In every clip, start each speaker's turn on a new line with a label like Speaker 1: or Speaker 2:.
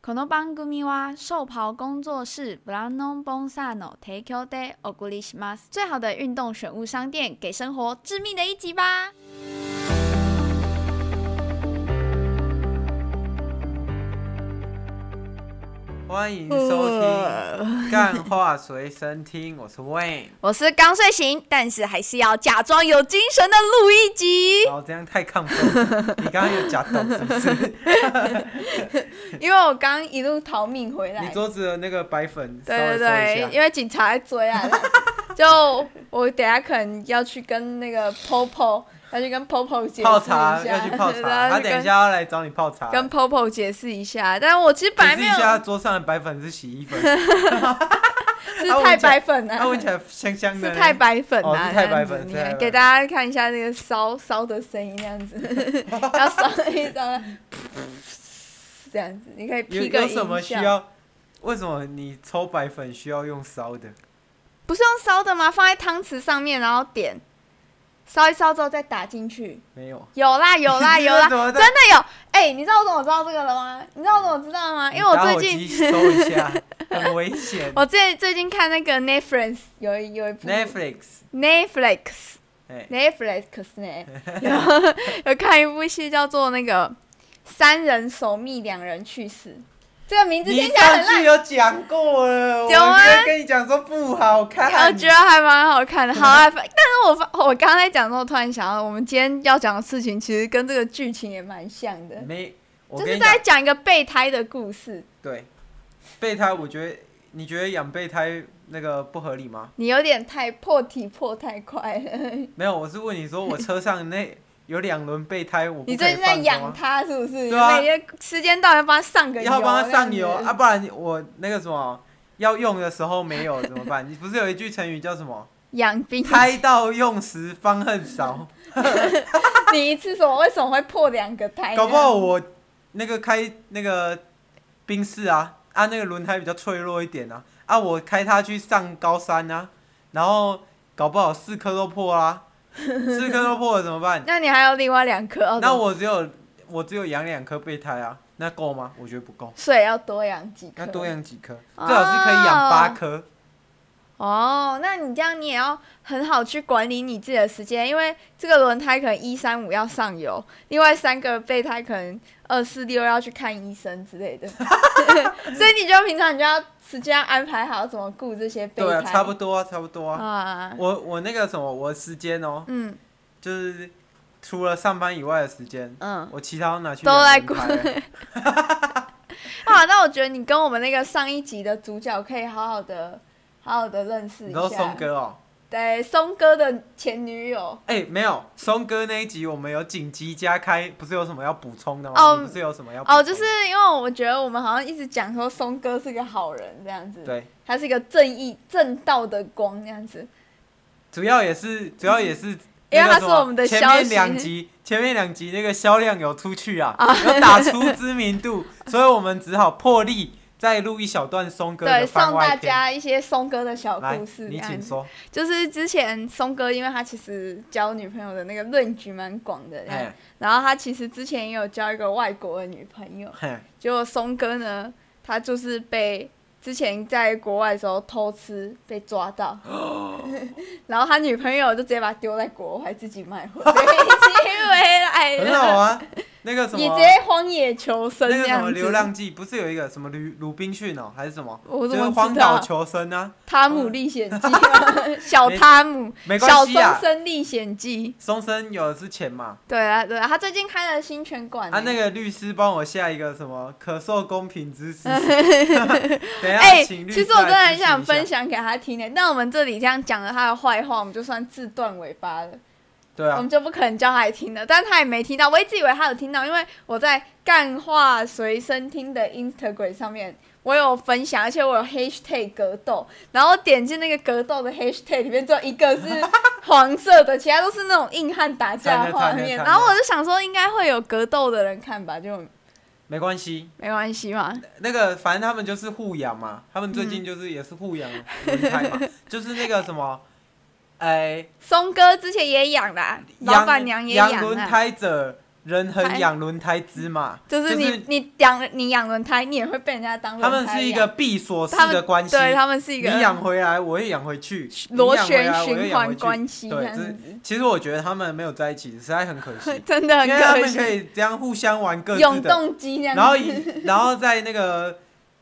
Speaker 1: この番組は寿袍工作室ブランドボンサーの提供でお送りします。最好的运动选物商店，给生活致命的一击吧！
Speaker 2: 欢迎收听
Speaker 1: 呃
Speaker 2: 《干话随身听》，我是 Wayne。
Speaker 1: 我是刚睡醒，但是还是要假装有精神的录一集，
Speaker 2: 哦，这样太亢奋了，你刚刚有假抖是不 是？
Speaker 1: 因为我刚一路逃命回来
Speaker 2: 你。桌子的那个白粉，稍
Speaker 1: 对对
Speaker 2: 微收
Speaker 1: 对
Speaker 2: 一，
Speaker 1: 因
Speaker 2: 下。
Speaker 1: 为警察在追啊。 就我等下可能要去跟那个 Popo，要去跟 Popo 解释一下，
Speaker 2: 泡茶要去 泡
Speaker 1: 对
Speaker 2: 茶，他
Speaker 1: 要去
Speaker 2: 等一
Speaker 1: 跟
Speaker 2: 下要来找你泡茶。
Speaker 1: 跟 Popo 解释一下，但我其实本来
Speaker 2: 解释
Speaker 1: 没
Speaker 2: 一下，
Speaker 1: 有
Speaker 2: 桌上的白粉是洗衣 粉，
Speaker 1: 是
Speaker 2: 啊
Speaker 1: 太
Speaker 2: 我讲
Speaker 1: 白粉
Speaker 2: 它
Speaker 1: 啊，
Speaker 2: 闻起来香香的
Speaker 1: 是
Speaker 2: 呢。
Speaker 1: 太白粉
Speaker 2: 哦
Speaker 1: 啊，
Speaker 2: 是太白
Speaker 1: 这样
Speaker 2: 粉
Speaker 1: 子你
Speaker 2: 是太白
Speaker 1: 看
Speaker 2: 粉
Speaker 1: 给大家看一下那个烧烧的声音，那样子要烧一张，这样子你可以
Speaker 2: 有
Speaker 1: 披个
Speaker 2: 有
Speaker 1: 音
Speaker 2: 什么需
Speaker 1: 效，
Speaker 2: 要？为什么你抽白粉需要用烧的？
Speaker 1: 不是用烧的吗？放在汤匙上面，然后点烧一烧之后再打进去。
Speaker 2: 没有。
Speaker 1: 有啦有啦有啦，
Speaker 2: 怎么
Speaker 1: 真
Speaker 2: 在
Speaker 1: 的有。哎、你知道我怎么知道这个了吗？你知道我怎么知道啊吗？因为我
Speaker 2: 你打
Speaker 1: 最
Speaker 2: 火
Speaker 1: 近。
Speaker 2: 机收一下，很危险
Speaker 1: 我最最近看那个 Netflix 有一有一部
Speaker 2: Netflix，
Speaker 1: Netflix
Speaker 2: 哎，
Speaker 1: Netflix 呢 有有看一部戏叫做那个《三人守密，两人去死》，这个名字
Speaker 2: 你
Speaker 1: 听起来
Speaker 2: 上
Speaker 1: 很烂啊
Speaker 2: 次，有讲过了，我
Speaker 1: 有吗
Speaker 2: 直接跟你讲说不好看。
Speaker 1: 我觉得还蛮好看的。好啊，反但 是我发我刚才讲的时候，突然想到，我们今天要讲的事情其实跟这个剧情也蛮像的，
Speaker 2: 没，我
Speaker 1: 就
Speaker 2: 跟
Speaker 1: 是
Speaker 2: 你讲
Speaker 1: 在，讲一个备胎的故事。
Speaker 2: 对，备胎，我觉得你觉得养备胎那个不合理吗？
Speaker 1: 你有点太破题破太快了，
Speaker 2: 没有，我是问你说我车上那有两轮备胎，我不
Speaker 1: 你
Speaker 2: 可以
Speaker 1: 最近在
Speaker 2: 放
Speaker 1: 养
Speaker 2: 吗
Speaker 1: 它是不是？
Speaker 2: 对啊
Speaker 1: 每天时间到要帮它上个油，
Speaker 2: 要帮它上油
Speaker 1: 这样
Speaker 2: 啊，
Speaker 1: 子
Speaker 2: 不然我那个什么要用的时候没有怎么办？你不是有一句成语叫 什么？
Speaker 1: 养兵
Speaker 2: 胎到用时方恨少。
Speaker 1: 你一次什么为什么会破两哎个胎呢？？
Speaker 2: 搞不好我那个开那个冰室啊，啊那个轮胎比较脆弱一点啊，啊我开它去上高山啊，然后搞不好四颗都破啦、四颗都破了怎么办
Speaker 1: 那你还有另外两颗哦要怎么，
Speaker 2: 那我只有我只有养两颗备胎啊，那够吗？我觉得不够，
Speaker 1: 所以要多养几颗。
Speaker 2: 那多养几颗，
Speaker 1: 哦
Speaker 2: 最好是可以养八颗。
Speaker 1: 哦，那你这样你也要很好去管理你自己的时间，因为这个轮胎可能一三五要上油，另外三个备胎可能二四六要去看医生之 类的，所以你就平常你就要时间要安排好怎么顾这些备
Speaker 2: 对
Speaker 1: 胎。
Speaker 2: 啊，差不多啊，差不多啊。
Speaker 1: 啊，
Speaker 2: 我我那个什么，我的时间哦，
Speaker 1: 嗯
Speaker 2: 就是除了上班以外的时间，
Speaker 1: 嗯，
Speaker 2: 我其他都拿去
Speaker 1: 都
Speaker 2: 养
Speaker 1: 在
Speaker 2: 轮胎了
Speaker 1: 哇，啊那我觉得你跟我们那个上一集的主角可以好好的、好好的认识
Speaker 2: 你
Speaker 1: 一
Speaker 2: 知 道
Speaker 1: 下
Speaker 2: 松。哥哦。
Speaker 1: 对，松哥的前女友。
Speaker 2: 哎、没有，松哥那一集我们有紧急加开，不是有什么要补充的吗？
Speaker 1: 哦
Speaker 2: 你啊不是有什么要补充
Speaker 1: 哦，
Speaker 2: 的
Speaker 1: 就是因为我觉得我们好像一直讲说松哥是个好人这样子，，
Speaker 2: 对，
Speaker 1: 他是一个正义正道的光这样子，
Speaker 2: 主要也是主要也是
Speaker 1: 因为
Speaker 2: 那个
Speaker 1: 他
Speaker 2: 什么，
Speaker 1: 是我们的
Speaker 2: 前
Speaker 1: 消
Speaker 2: 面
Speaker 1: 息
Speaker 2: 两集，前面两集那个销量有出 去啊，有打出知名度， 所以我们只好破例再录一小段松哥
Speaker 1: 对，
Speaker 2: 的番
Speaker 1: 送大
Speaker 2: 外篇。
Speaker 1: 家一些松哥的小
Speaker 2: 来
Speaker 1: 故，事这
Speaker 2: 你
Speaker 1: 样
Speaker 2: 请
Speaker 1: 子。
Speaker 2: 说。
Speaker 1: 就是之前松哥，因为他其实交女朋友的那个论据蛮广的这样，
Speaker 2: 哎、
Speaker 1: 然后他其实之前也有交一个外国的女朋友，
Speaker 2: 嘿
Speaker 1: 结果松哥呢，他就是被之前在国外的时候偷吃被抓 到，然后他女朋友就直接把他丢在国外，自己买回回来
Speaker 2: 很好
Speaker 1: 了，
Speaker 2: 啊，那个什
Speaker 1: 也
Speaker 2: 么
Speaker 1: 哎直。接荒野求生
Speaker 2: 那
Speaker 1: 这
Speaker 2: 个什
Speaker 1: 样
Speaker 2: 么《
Speaker 1: 子。
Speaker 2: 流浪记》不是有一个什么鲁鲁滨逊哦，还是什么？
Speaker 1: 我怎
Speaker 2: 就是
Speaker 1: 么
Speaker 2: 荒
Speaker 1: 知道
Speaker 2: 岛
Speaker 1: 啊？
Speaker 2: 求生啊，
Speaker 1: 汤姆历险 记，小汤姆，
Speaker 2: 没关
Speaker 1: 小
Speaker 2: 系啊
Speaker 1: 松。生历险记。
Speaker 2: 松生有的是钱嘛，
Speaker 1: 对啊，对啊，他最近开了新拳馆欸。
Speaker 2: 啊，那个律师帮我下一个什么可受公平 之事？等一下，
Speaker 1: 哎、
Speaker 2: 请律
Speaker 1: 其
Speaker 2: 师
Speaker 1: 实我真的
Speaker 2: 来
Speaker 1: 很
Speaker 2: 咨询
Speaker 1: 想
Speaker 2: 一
Speaker 1: 分
Speaker 2: 下。
Speaker 1: 享给他听的，但我们这里这样讲了他的坏话，我们就算自断尾巴了。
Speaker 2: 对
Speaker 1: 我们
Speaker 2: 啊，
Speaker 1: 就不可能叫他来听的，但他也没听到，我一直以为他有听到，因为我在干话随身听的 Instagram 上面，我有分享，而且我有 hashtag 格斗，然后点进那个格斗的 hashtag 里面，只有一个是黄色的，其他都是那种硬汉打架的画
Speaker 2: 惨了惨
Speaker 1: 面，
Speaker 2: 了惨了
Speaker 1: 然后我就想说应该会有格斗的人看吧，就
Speaker 2: 没关系。
Speaker 1: 没关系嘛，
Speaker 2: 那个反正他们就是互养嘛，他们最
Speaker 1: 嗯
Speaker 2: 近就是也是互养轮胎 嘛，就是那个什么，哎、
Speaker 1: 松哥之前也养啦，老板娘也
Speaker 2: 养
Speaker 1: 养啊
Speaker 2: 轮
Speaker 1: 啦，
Speaker 2: 胎者人很养轮胎之嘛，
Speaker 1: 就是你、你养你养轮胎，你也会被人家当
Speaker 2: 他
Speaker 1: 轮胎
Speaker 2: 们
Speaker 1: 养。
Speaker 2: 是一个闭锁式
Speaker 1: 他们
Speaker 2: 的关系，
Speaker 1: 对他们是一个
Speaker 2: 你养回来我也养回去，
Speaker 1: 螺
Speaker 2: 你养回
Speaker 1: 旋
Speaker 2: 来我也
Speaker 1: 循
Speaker 2: 养
Speaker 1: 环
Speaker 2: 回去。
Speaker 1: 关系这
Speaker 2: 对，
Speaker 1: 样
Speaker 2: 这
Speaker 1: 子，
Speaker 2: 其实我觉得他们没有在一起，实在很可惜，
Speaker 1: 真的 很
Speaker 2: 因为他
Speaker 1: 可
Speaker 2: 们可
Speaker 1: 惜。
Speaker 2: 以这样互相玩各自
Speaker 1: 永
Speaker 2: 的，
Speaker 1: 动机这样子，
Speaker 2: 然后以然后在那个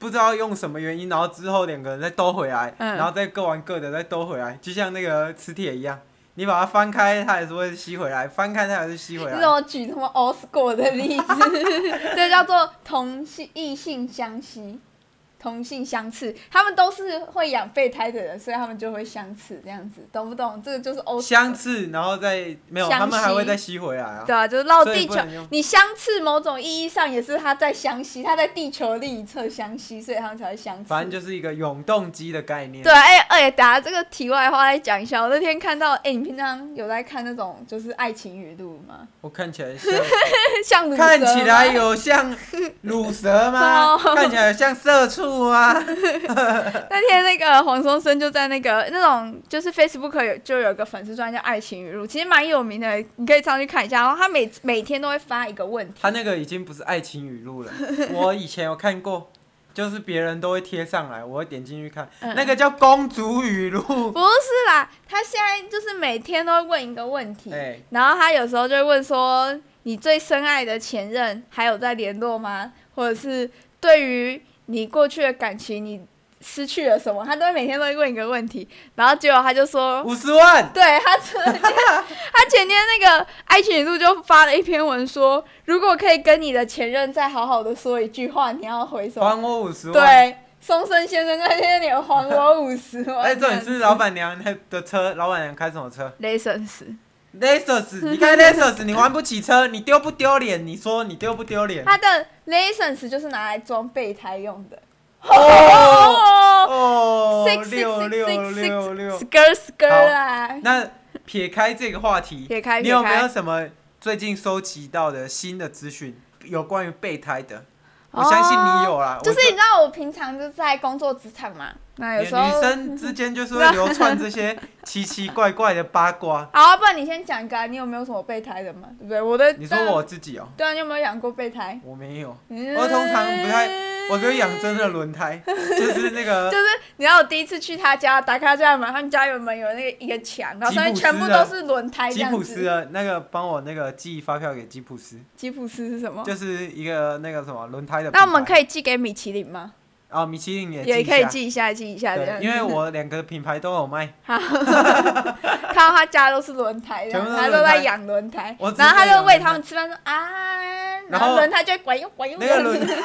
Speaker 2: 不知道用什么原因，然后之后两个人再兜回来，
Speaker 1: 嗯
Speaker 2: 然后再各玩各的，再兜回来，就像那个磁铁一样，你把它翻开，它还是会吸回来；翻开它还是吸回
Speaker 1: 你
Speaker 2: 来。
Speaker 1: 怎么举什么 o s c o 的例子？ 这叫做同性异性相吸，同性相斥，他们都是会养备胎的人，所以他们就会相斥，这样子懂不懂？这个就是 o
Speaker 2: 相似，然后再没有，
Speaker 1: 相
Speaker 2: 他们还会
Speaker 1: 吸
Speaker 2: 再吸回来啊。
Speaker 1: 对啊，就是绕
Speaker 2: 所以
Speaker 1: 地
Speaker 2: 不
Speaker 1: 球
Speaker 2: 能用。
Speaker 1: 你相斥某种意义上也是他在相吸，他在地球另一侧相吸，所以他们才会相斥。
Speaker 2: 反正就是一个永动机的概念。
Speaker 1: 对，哎、哎、打这个题外话来讲一下，我那天看到，哎、你平常有在看那种就是爱情语录吗？
Speaker 2: 我看起来像，
Speaker 1: 像乳蛇
Speaker 2: 看起来
Speaker 1: 吗
Speaker 2: 有像乳蛇 吗？
Speaker 1: 哦
Speaker 2: 看起来有像社畜吗？
Speaker 1: 那天那个黄宗生就在那个那种就是 Facebook 有就有一个粉丝专叫爱情语录，其实蛮有名的，你可以上去看一下。然后他每每天都会发一个问题，
Speaker 2: 他那个已经不是爱情语 录了，我以前有看过，就是别人都会贴上来，我会点进去看，
Speaker 1: 嗯
Speaker 2: 那个叫公主语录。
Speaker 1: 不是啦，他现在就是每天都会问一个问题，
Speaker 2: 哎
Speaker 1: 然后他有时候就会问说你最深爱的前任还有在联络吗？或者是对于你过去的感情你失去了什么？他都会每天都会问一个问题，然后结果他就说
Speaker 2: 五十万，
Speaker 1: 对他前天， 他前天那个爱情语录就发了一篇文说，如果可以跟你的前任再好好的说一句话，你要回什么？
Speaker 2: 还我五十万。
Speaker 1: 对，松生先生那天你还我五十 万。
Speaker 2: 哎，这里是老板娘那的车，老板娘开什么车
Speaker 1: 雷神斯，
Speaker 2: ？Lexus，你开 Lexus，你还不起车，你丢不丢脸？你说你丢不丢脸？
Speaker 1: 他的 license 就是拿来装备胎用的。
Speaker 2: 哦
Speaker 1: 哦
Speaker 2: 哦，
Speaker 1: ，six
Speaker 2: 六
Speaker 1: six
Speaker 2: 六
Speaker 1: six
Speaker 2: 六六
Speaker 1: six。skr skr
Speaker 2: 好
Speaker 1: 啦，
Speaker 2: 那撇开这个话题，
Speaker 1: 撇开
Speaker 2: 你有
Speaker 1: 撇
Speaker 2: 没有
Speaker 1: 开。
Speaker 2: 什么最近收集到的新的资讯，有关于备胎的？我
Speaker 1: 哦
Speaker 2: 相信你有啦。
Speaker 1: 就是你
Speaker 2: 我
Speaker 1: 知道我平常就是在工作职场嘛，那有
Speaker 2: 女
Speaker 1: 时候
Speaker 2: 女生之间就是会流传这些奇奇怪怪的八 卦。
Speaker 1: 好、啊，不然你先讲一个啊、你有没有什么备胎的嘛？对不对？我的，
Speaker 2: 你说我自己哦、
Speaker 1: 对啊，你有没有养过备胎？
Speaker 2: 我没有，
Speaker 1: 我
Speaker 2: 我通常不太，我就养真的 轮胎，就是那个
Speaker 1: 就是你知道我第一次去他家，打开他家的门，他们家有门有那个一个墙，然后上面
Speaker 2: 吉普斯啊
Speaker 1: 全部都是轮胎这
Speaker 2: 吉
Speaker 1: 样
Speaker 2: 普斯啊
Speaker 1: 子。
Speaker 2: 的那个，帮我那个寄发票给吉普斯，
Speaker 1: 吉普斯是什么？
Speaker 2: 就是一个那个什么轮胎的品
Speaker 1: 哦
Speaker 2: 牌。
Speaker 1: 那我们可以寄给米其林吗？
Speaker 2: 啊，米其林也
Speaker 1: 也
Speaker 2: 一
Speaker 1: 可以
Speaker 2: 下
Speaker 1: 寄一下，寄一下这样子。
Speaker 2: 对，因为我两个品牌都有卖，
Speaker 1: 看到他家都是轮胎，然
Speaker 2: 全部
Speaker 1: 后
Speaker 2: 都是
Speaker 1: 他
Speaker 2: 轮胎
Speaker 1: 都在养轮胎，
Speaker 2: 我只
Speaker 1: 然后他
Speaker 2: 会养
Speaker 1: 就喂
Speaker 2: 轮胎
Speaker 1: 他们吃饭说啊，
Speaker 2: 然
Speaker 1: 然
Speaker 2: 后
Speaker 1: 后轮胎就会拐悠拐悠
Speaker 2: 那个
Speaker 1: 这样
Speaker 2: 轮
Speaker 1: 子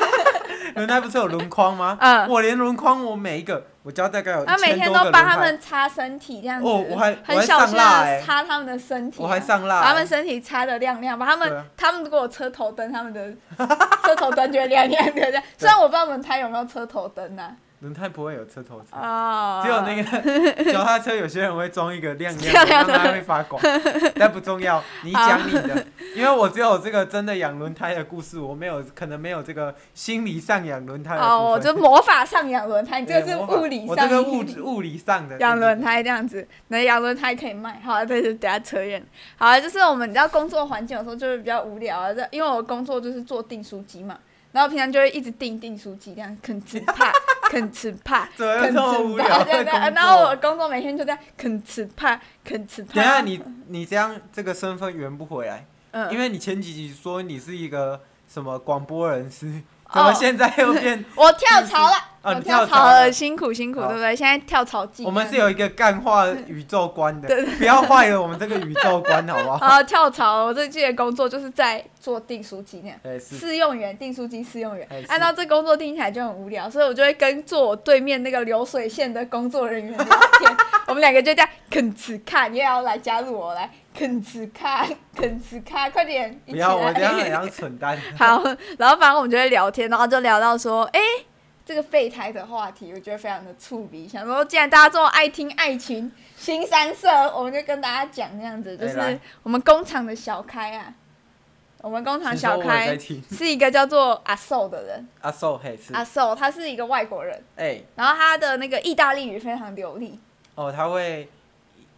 Speaker 2: 轮胎不是有轮框吗？
Speaker 1: 嗯
Speaker 2: 我连轮框我每一个，我家大概有
Speaker 1: 他
Speaker 2: 一
Speaker 1: 啊每
Speaker 2: 千
Speaker 1: 天
Speaker 2: 多个
Speaker 1: 都
Speaker 2: 轮
Speaker 1: 帮他
Speaker 2: 胎，
Speaker 1: 们擦身体这样子，
Speaker 2: 哦我还我
Speaker 1: 很
Speaker 2: 还
Speaker 1: 小
Speaker 2: 上
Speaker 1: 心
Speaker 2: 蜡欸
Speaker 1: 的擦他们的身体啊、
Speaker 2: 我还上蜡
Speaker 1: 把他们
Speaker 2: 欸，
Speaker 1: 身体擦的亮亮，把他
Speaker 2: 对
Speaker 1: 们
Speaker 2: 啊
Speaker 1: 他们如果有车头灯，他们的 车头灯就会亮亮的这样。虽然我不知道轮胎有没有车头灯呐，
Speaker 2: 轮胎不会有车头灯，
Speaker 1: 啊，
Speaker 2: 只有那 个脚踏车，有些人会装一个亮亮
Speaker 1: 亮
Speaker 2: 的，
Speaker 1: 亮
Speaker 2: 让
Speaker 1: 的
Speaker 2: 它会发 光，但不重要，你讲你的，因为我只有这个真的养轮胎的故事，我没有可能没有这个心理上养轮胎的
Speaker 1: 哦，我
Speaker 2: 部分
Speaker 1: 就魔法上养轮胎，你这
Speaker 2: 对
Speaker 1: 个是
Speaker 2: 魔法
Speaker 1: 物理
Speaker 2: 我这
Speaker 1: 上
Speaker 2: 个物质物理上的
Speaker 1: 养轮胎这样子，那养轮胎可以卖，好、啊，这是等下扯远了。好、啊，就是我们你知道工作环境有时候就是比较无聊啊，这因为我工作就是做订书机嘛，然后平常就会一直订订书机这样，啃 吃怕，啃吃怕，
Speaker 2: 怎么有
Speaker 1: 啃
Speaker 2: 这么
Speaker 1: 吃
Speaker 2: 无聊
Speaker 1: 怕，
Speaker 2: 的
Speaker 1: 对对。
Speaker 2: 工作
Speaker 1: 然后我工作每天就在啃吃怕，啃吃怕。
Speaker 2: 等一下你你这样这个身份圆不回来。
Speaker 1: 嗯，
Speaker 2: 因为你前几集说你是一个什么广播 人士，
Speaker 1: 哦
Speaker 2: 怎么现在 又变？
Speaker 1: 我跳槽了，
Speaker 2: 哦
Speaker 1: 我
Speaker 2: 你
Speaker 1: 跳
Speaker 2: 跳槽
Speaker 1: 槽
Speaker 2: 了
Speaker 1: 了，辛苦辛苦，
Speaker 2: 好
Speaker 1: 对不对？现在跳槽季，
Speaker 2: 我们是有一个干化宇宙观的
Speaker 1: 对，
Speaker 2: 不要坏了我们这个宇宙观，好不 好？
Speaker 1: 啊跳槽，我最近的工作就是在做订书机那样。
Speaker 2: 哎，是
Speaker 1: 试用员，订书机试用员
Speaker 2: 哎是，
Speaker 1: 按照这工作定起来就很无聊，所以我就会跟坐我对面那个流水线的工作人员聊天，我们两个就这样啃吃看，你也要来加入我来啃吃看， 啃吃看，快点，一
Speaker 2: 不
Speaker 1: 起
Speaker 2: 要我这样很
Speaker 1: 来。
Speaker 2: 像 蠢蛋。
Speaker 1: 好，然后反正我们就会聊天，然后就聊到说，哎、这个备胎的话题，我觉得非常的触鼻，想说既然大家这么爱听爱情新三色，我们就跟大家讲这样子，就
Speaker 2: 哎
Speaker 1: 是
Speaker 2: 来
Speaker 1: 我们工厂的小开啊，我们工厂
Speaker 2: 其实我
Speaker 1: 小
Speaker 2: 有
Speaker 1: 开
Speaker 2: 在。听
Speaker 1: 是一个叫做阿寿的人，
Speaker 2: 阿寿，嘿是，
Speaker 1: 阿寿他是一个外国人，
Speaker 2: 哎
Speaker 1: 然后他的那个意大利语非常流利，
Speaker 2: 哦，他会，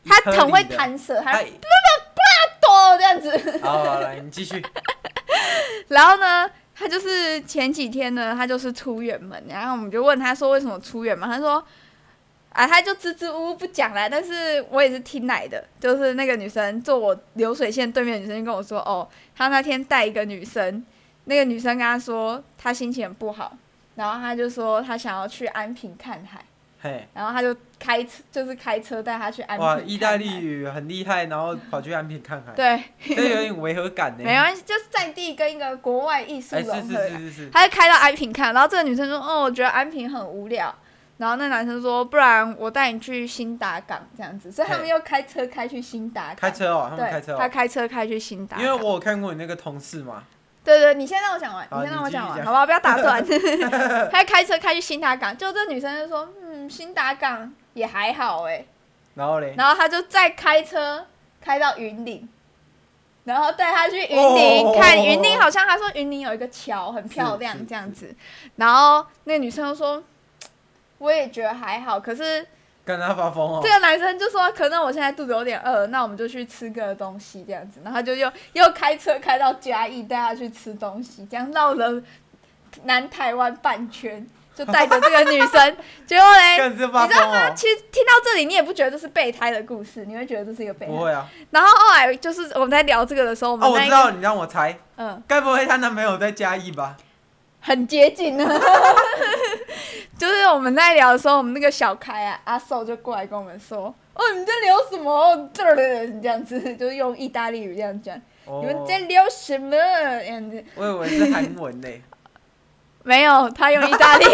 Speaker 2: 哎
Speaker 1: 他很会，弹舌，他多这样子。
Speaker 2: 好，好来你继续。
Speaker 1: 然后呢，他就是前几天呢，他就是出远门，然后我们就问他说为什么出远门，他说。啊，他就支支吾吾不讲啦，但是我也是听来的，就是那个女生坐我流水线对面的女生就跟我说，哦，他那天带一个女生，那个女生跟他说她心情不好，然后他就说他想要去安平看海，
Speaker 2: 嘿，
Speaker 1: 然后他就开车就是开车带她去安平看
Speaker 2: 哇，
Speaker 1: 海。
Speaker 2: 意大利语很厉害，然后跑去安平看海，
Speaker 1: 对，
Speaker 2: 这有点违和感呢。
Speaker 1: 没关系，就是在地跟一个国外艺术
Speaker 2: 哎，
Speaker 1: 融
Speaker 2: 是
Speaker 1: 合啦。
Speaker 2: 是是是是，
Speaker 1: 他就开到安平看，然后这个女生说：“哦，我觉得安平很无聊。”然后那男生说：“不然我带你去新达港这样子。”所以他们
Speaker 2: 嘿
Speaker 1: 又开车开去新达港。
Speaker 2: 开车哦，他们
Speaker 1: 对，
Speaker 2: 开车
Speaker 1: 他
Speaker 2: 哦，
Speaker 1: 开车开去新达
Speaker 2: 因
Speaker 1: 港。
Speaker 2: 为我有看过你那个同事嘛，
Speaker 1: 对对，你先让我讲完，
Speaker 2: 好
Speaker 1: 你先让我讲
Speaker 2: 你继
Speaker 1: 完，
Speaker 2: 续讲
Speaker 1: 好不好？不要打断。 他开车开去新达港，就这女生就说：“嗯，新达港也还好哎、
Speaker 2: 然后嘞，
Speaker 1: 然后他就再开车开到云林，然后带他去云林、
Speaker 2: 哦
Speaker 1: 看云林，好像他说云林有一个桥很漂
Speaker 2: 是
Speaker 1: 亮
Speaker 2: 是
Speaker 1: 这样子。然后那个女生就说，我也觉得还好，可是
Speaker 2: 干他发疯哦
Speaker 1: 这，个男生就说，可能我现在肚子有点饿，那我们就去吃个东西这样子。然后他就又又开车开到嘉义，带他去吃东西，这样绕了南台湾半圈，就带着这个女 生，结果嘞。
Speaker 2: 干这发
Speaker 1: 哎你知道
Speaker 2: 疯
Speaker 1: 吗？
Speaker 2: 哦，
Speaker 1: 其实听到这里，你也不觉得这是备胎的故事，你会觉得这是一个备
Speaker 2: 不
Speaker 1: 胎。
Speaker 2: 会啊，
Speaker 1: 然后后来就是我们在聊这个的时候，我
Speaker 2: 哦，
Speaker 1: 们
Speaker 2: 我
Speaker 1: 那一
Speaker 2: 知
Speaker 1: 个、
Speaker 2: 道，你让我猜，
Speaker 1: 嗯
Speaker 2: 该不会她男朋友在嘉义吧？
Speaker 1: 很接近 呢，就是我们在聊的时候，我们那个小开啊阿寿就过来跟我们说：“哦，你们在聊什么？这儿的人这样子，就是用意大利语这样讲，
Speaker 2: 哦
Speaker 1: 你们在聊什么？”这样子
Speaker 2: 我以为是韩文 呢。
Speaker 1: 没有，他用意大利，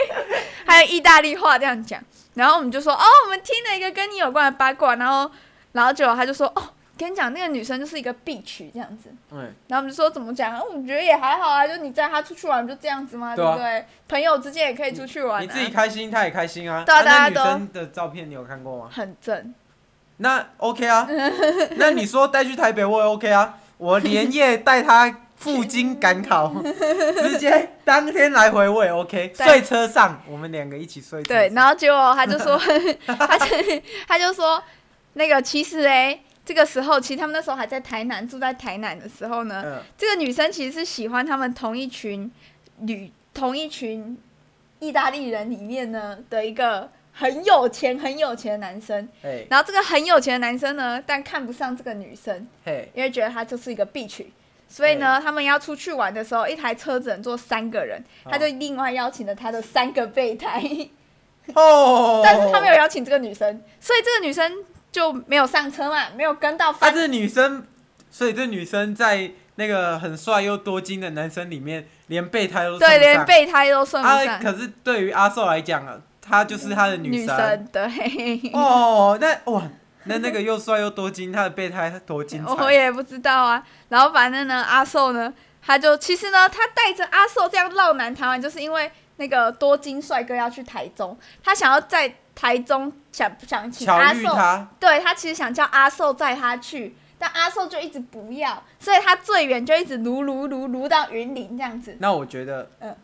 Speaker 1: 还有意大利话这样讲。然后我们就说，哦，我们听了一个跟你有关的八卦，然后，然后结果他就说，哦，跟你讲，那个女生就是一个 B 曲这样子。
Speaker 2: 嗯，
Speaker 1: 然后我们就说怎么讲？啊我觉得也还好啊，就你带她出去玩不就这样子吗？
Speaker 2: 对
Speaker 1: 对
Speaker 2: 啊
Speaker 1: 不对？朋友之间也可以出去玩、啊。
Speaker 2: 你自己开心，她也开心啊。
Speaker 1: 对啊
Speaker 2: 啊那女
Speaker 1: 大家都
Speaker 2: 生的照片你有看过吗？
Speaker 1: 很正，
Speaker 2: 那 OK 啊，那你说带去台北我也 OK 啊，我连夜带他赴京 赶考，直接当天来回我也 OK，
Speaker 1: 对
Speaker 2: 睡车上，我们两个一起睡车
Speaker 1: 对。
Speaker 2: 上。
Speaker 1: 然后结果他就 说，他就他就说，那个其实哎，这个时候其实他们那时候还在台南，住在台南的时候呢，
Speaker 2: 嗯，
Speaker 1: 这个女生其实是喜欢他们同一群旅同一群意大利人里面呢的一个很有钱很有钱的男生，
Speaker 2: 嘿，
Speaker 1: 然后这个很有钱的男生呢，但看不上这个女生，
Speaker 2: 嘿，
Speaker 1: 因为觉得她就是一个 B 曲。所以呢，他们要出去玩的时候，一台车只能坐三个人，
Speaker 2: 哦
Speaker 1: 他就另外邀请了他的三个备胎，
Speaker 2: 哦，
Speaker 1: 但是他没有邀请这个女生，所以这个女生就没有上车嘛，没有跟到
Speaker 2: 啊，
Speaker 1: 翻
Speaker 2: 这女生，所以这女生在那个很帅又多金的男生里面，连备胎都
Speaker 1: 对，
Speaker 2: 算不
Speaker 1: 连
Speaker 2: 上。
Speaker 1: 备胎都算不
Speaker 2: 啊，
Speaker 1: 上。
Speaker 2: 可是对于阿寿来讲啊，她就是他的
Speaker 1: 女
Speaker 2: 神。
Speaker 1: 生对，
Speaker 2: 哦，那哇，那那个又帅又多金，他的备胎多精彩。
Speaker 1: 我也不知道啊。然后反正呢，阿寿呢，他就其实呢，他带着阿寿这样绕南台湾，就是因为那个多金帅哥要去台中，他想要在台中想想请
Speaker 2: 巧
Speaker 1: 阿
Speaker 2: 遇
Speaker 1: 寿，
Speaker 2: 他，
Speaker 1: 对他其实想叫阿寿载他去，但阿寿就一直不要，所以他最远就一直撸撸撸撸到云林这样子。
Speaker 2: 那我觉得，
Speaker 1: 嗯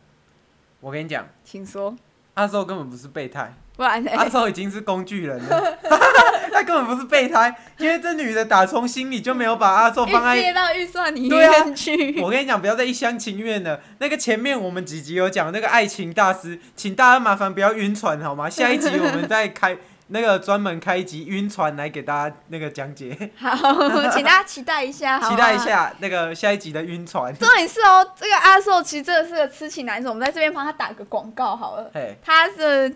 Speaker 2: 我跟你讲，
Speaker 1: 请说，
Speaker 2: 阿寿根本不是备胎，
Speaker 1: 不然呢？
Speaker 2: 阿寿已经是工具人了， 他根本不是备胎，因为这女的打从心里就没有把阿寿放
Speaker 1: 预
Speaker 2: 在。
Speaker 1: 接到预算里
Speaker 2: 对啊
Speaker 1: 面去，
Speaker 2: 我跟你讲，不要再一厢情愿了。那个前面我们几集有讲那个爱情大师，请大家麻烦不要晕船好吗？下一集我们再开那个专门开一集晕船来给大家那个讲解，
Speaker 1: 好， 请大家期待一下，好啊
Speaker 2: 期
Speaker 1: 不
Speaker 2: 待一
Speaker 1: 好
Speaker 2: 下那个下一集的晕船。
Speaker 1: 重点是哦，这个阿寿其实真的是个痴情男子，我们在这边帮他打个广告好了。
Speaker 2: 嘿，
Speaker 1: 他是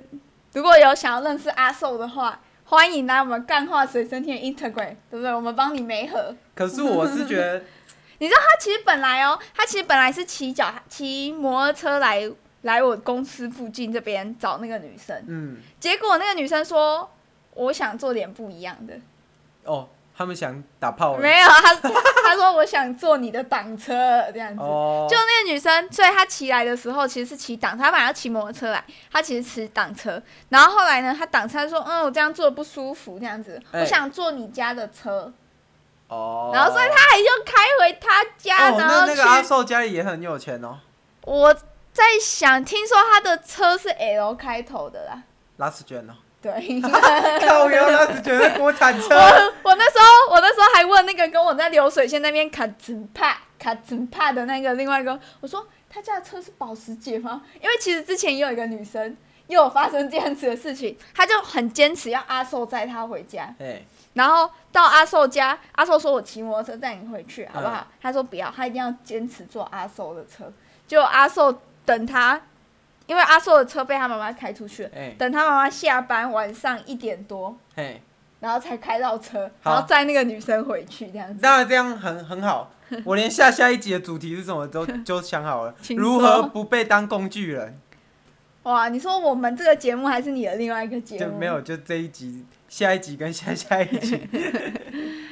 Speaker 1: 如果有想要认识阿寿的话，欢迎来我们干话随身听的 Instagram，对不对？我们帮你媒合。
Speaker 2: 可是我是觉得，
Speaker 1: 他其实本来哦，他其实本来是骑脚骑摩托车来来我公司附近这边找那个女生，
Speaker 2: 嗯，
Speaker 1: 结果那个女生说我想做点不一样的，
Speaker 2: 哦，他们想打炮了。
Speaker 1: 没有他 他说我想坐你的挡车这样子。
Speaker 2: 哦，
Speaker 1: 就那个女生，所以她骑来的时候其实是骑挡车，她本来要骑摩托车来，她其实骑挡车，然后后来呢，她挡车她说，嗯，我这样坐不舒服，这样子，
Speaker 2: 哎
Speaker 1: 我想坐你家的车，
Speaker 2: 哦，
Speaker 1: 然后所以她还就开回她家，
Speaker 2: 哦，
Speaker 1: 然
Speaker 2: 那
Speaker 1: 后
Speaker 2: 那
Speaker 1: 去，
Speaker 2: 个阿寿家里也很有钱哦，
Speaker 1: 我在想，听说她的车是 L 开头的啦，
Speaker 2: 拉斯卷哦，
Speaker 1: 对，
Speaker 2: 靠腰，他只觉得国产车。
Speaker 1: 我我那时候我那时候还问那个跟我在流水线那边卡兹帕卡兹帕的那个另外一个，我说他家的车是保时捷吗？因为其实之前也有一个女生也有发生这样子的事情，她就很坚持要阿寿载她回家，
Speaker 2: 哎，
Speaker 1: 然后到阿寿家，阿寿说我骑摩托车载你回去好不好？他说不要，他一定要坚持坐阿寿的车。结果阿寿等他，因为阿寿的车被他妈妈开出去了，
Speaker 2: 哎，
Speaker 1: 等他妈妈下班晚上一点多。
Speaker 2: 嘿，
Speaker 1: 然后才开到车，
Speaker 2: 好
Speaker 1: 然后载那个女生回去这样子。
Speaker 2: 当然这样很很 好。我连下下一集的主题是什么都就想好了，
Speaker 1: 请
Speaker 2: 如
Speaker 1: 说
Speaker 2: 何不被当工具人？
Speaker 1: 哇，你说我们这个节目还是你的另外一个节
Speaker 2: 就
Speaker 1: 目？
Speaker 2: 没有，就这一集、下一集跟下下一 集，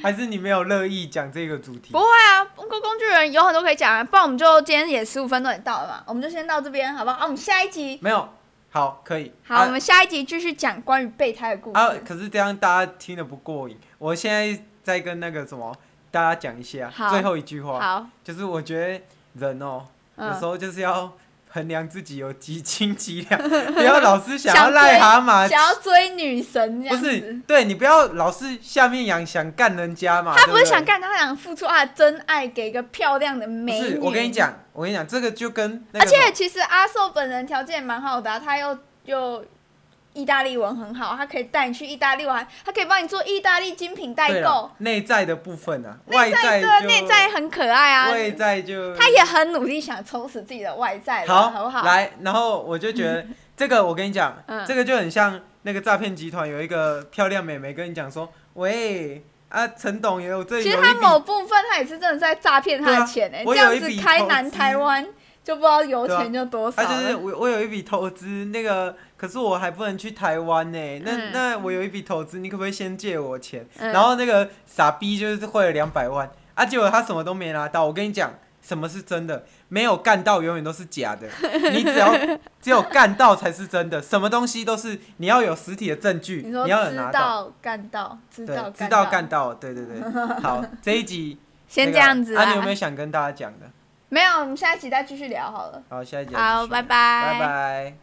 Speaker 2: 还是你没有乐意讲这个主题
Speaker 1: 不？会啊，工工具人有很多可以讲啊，不然我们就今天也十五分钟也到了嘛，我们就先到这边好不好？啊，我们下一集，
Speaker 2: 没有，好，可以。
Speaker 1: 好，
Speaker 2: 啊
Speaker 1: 我们下一集继续讲关于备胎的故事。
Speaker 2: 啊，可是这样大家听得不过瘾。我现在再跟那个什么大家讲一下
Speaker 1: 好
Speaker 2: 最后一句话，
Speaker 1: 好，
Speaker 2: 就是我觉得人哦、有
Speaker 1: 嗯，
Speaker 2: 时候就是要衡量自己有几斤几 两，不要老是想要
Speaker 1: 想
Speaker 2: 癞
Speaker 1: 追
Speaker 2: 蛤 蟆。
Speaker 1: 想要追女神这
Speaker 2: 不
Speaker 1: 样
Speaker 2: 是
Speaker 1: 子。，
Speaker 2: 对你不要老是下面养想干人家嘛。
Speaker 1: 他不
Speaker 2: 啊对
Speaker 1: 是
Speaker 2: 对
Speaker 1: 想干，他想付出他的真爱给一个漂亮的
Speaker 2: 不
Speaker 1: 美女。
Speaker 2: 是，我跟你，讲，我跟你讲，这个就跟那
Speaker 1: 而
Speaker 2: 个什么
Speaker 1: 且其实阿寿本人条件也蛮好的啊、他又又意大利文很好，他可以带你去意大利玩，他可以帮你做意大利精品代
Speaker 2: 对
Speaker 1: 购
Speaker 2: 啦，，内在的部分啊，外
Speaker 1: 内在
Speaker 2: 在
Speaker 1: 对
Speaker 2: 就
Speaker 1: 内在很可爱啊，
Speaker 2: 外在就
Speaker 1: 他也很努力想充实自己的外在了，好
Speaker 2: 好
Speaker 1: 不好？
Speaker 2: 来，然后我就觉 得这个，我跟你讲
Speaker 1: 嗯，
Speaker 2: 这个就很像那个诈骗集团有一个漂亮美眉跟你讲说，喂啊，陈董也有这里
Speaker 1: 其实
Speaker 2: 有
Speaker 1: 他
Speaker 2: 一笔
Speaker 1: 某部分他也是真的在诈骗他的钱哎、
Speaker 2: 对啊我
Speaker 1: 这
Speaker 2: 有
Speaker 1: 样
Speaker 2: 一笔
Speaker 1: 子开南
Speaker 2: 投资啊
Speaker 1: 台湾就不知道油钱就多少
Speaker 2: 他
Speaker 1: 了。
Speaker 2: 就是我，我有一笔投资，那个可是我还不能去台湾呢、那
Speaker 1: 嗯
Speaker 2: 那我有一笔投资，你可不可以先借我钱？
Speaker 1: 嗯
Speaker 2: 然后那个傻逼就是汇了两百万，啊，结果他什么都没拿到。我跟你讲，什么是真的？没有干到永远都是假的，你 只要只有干到才是真的。什么东西都是你要有实体的证据，
Speaker 1: 你
Speaker 2: 你
Speaker 1: 说
Speaker 2: 要有
Speaker 1: 知
Speaker 2: 拿到，
Speaker 1: 道干到，知
Speaker 2: 对
Speaker 1: 道，
Speaker 2: 知道
Speaker 1: 干
Speaker 2: 干，到，对对 对。好，这一集
Speaker 1: 先这
Speaker 2: 那个
Speaker 1: 样子
Speaker 2: 啊，
Speaker 1: 啦。
Speaker 2: 你有没有想跟大家讲的？
Speaker 1: 没有，我们下一集再继续聊好了。
Speaker 2: 好，下一集再
Speaker 1: 好，
Speaker 2: 继续
Speaker 1: 拜
Speaker 2: 拜拜。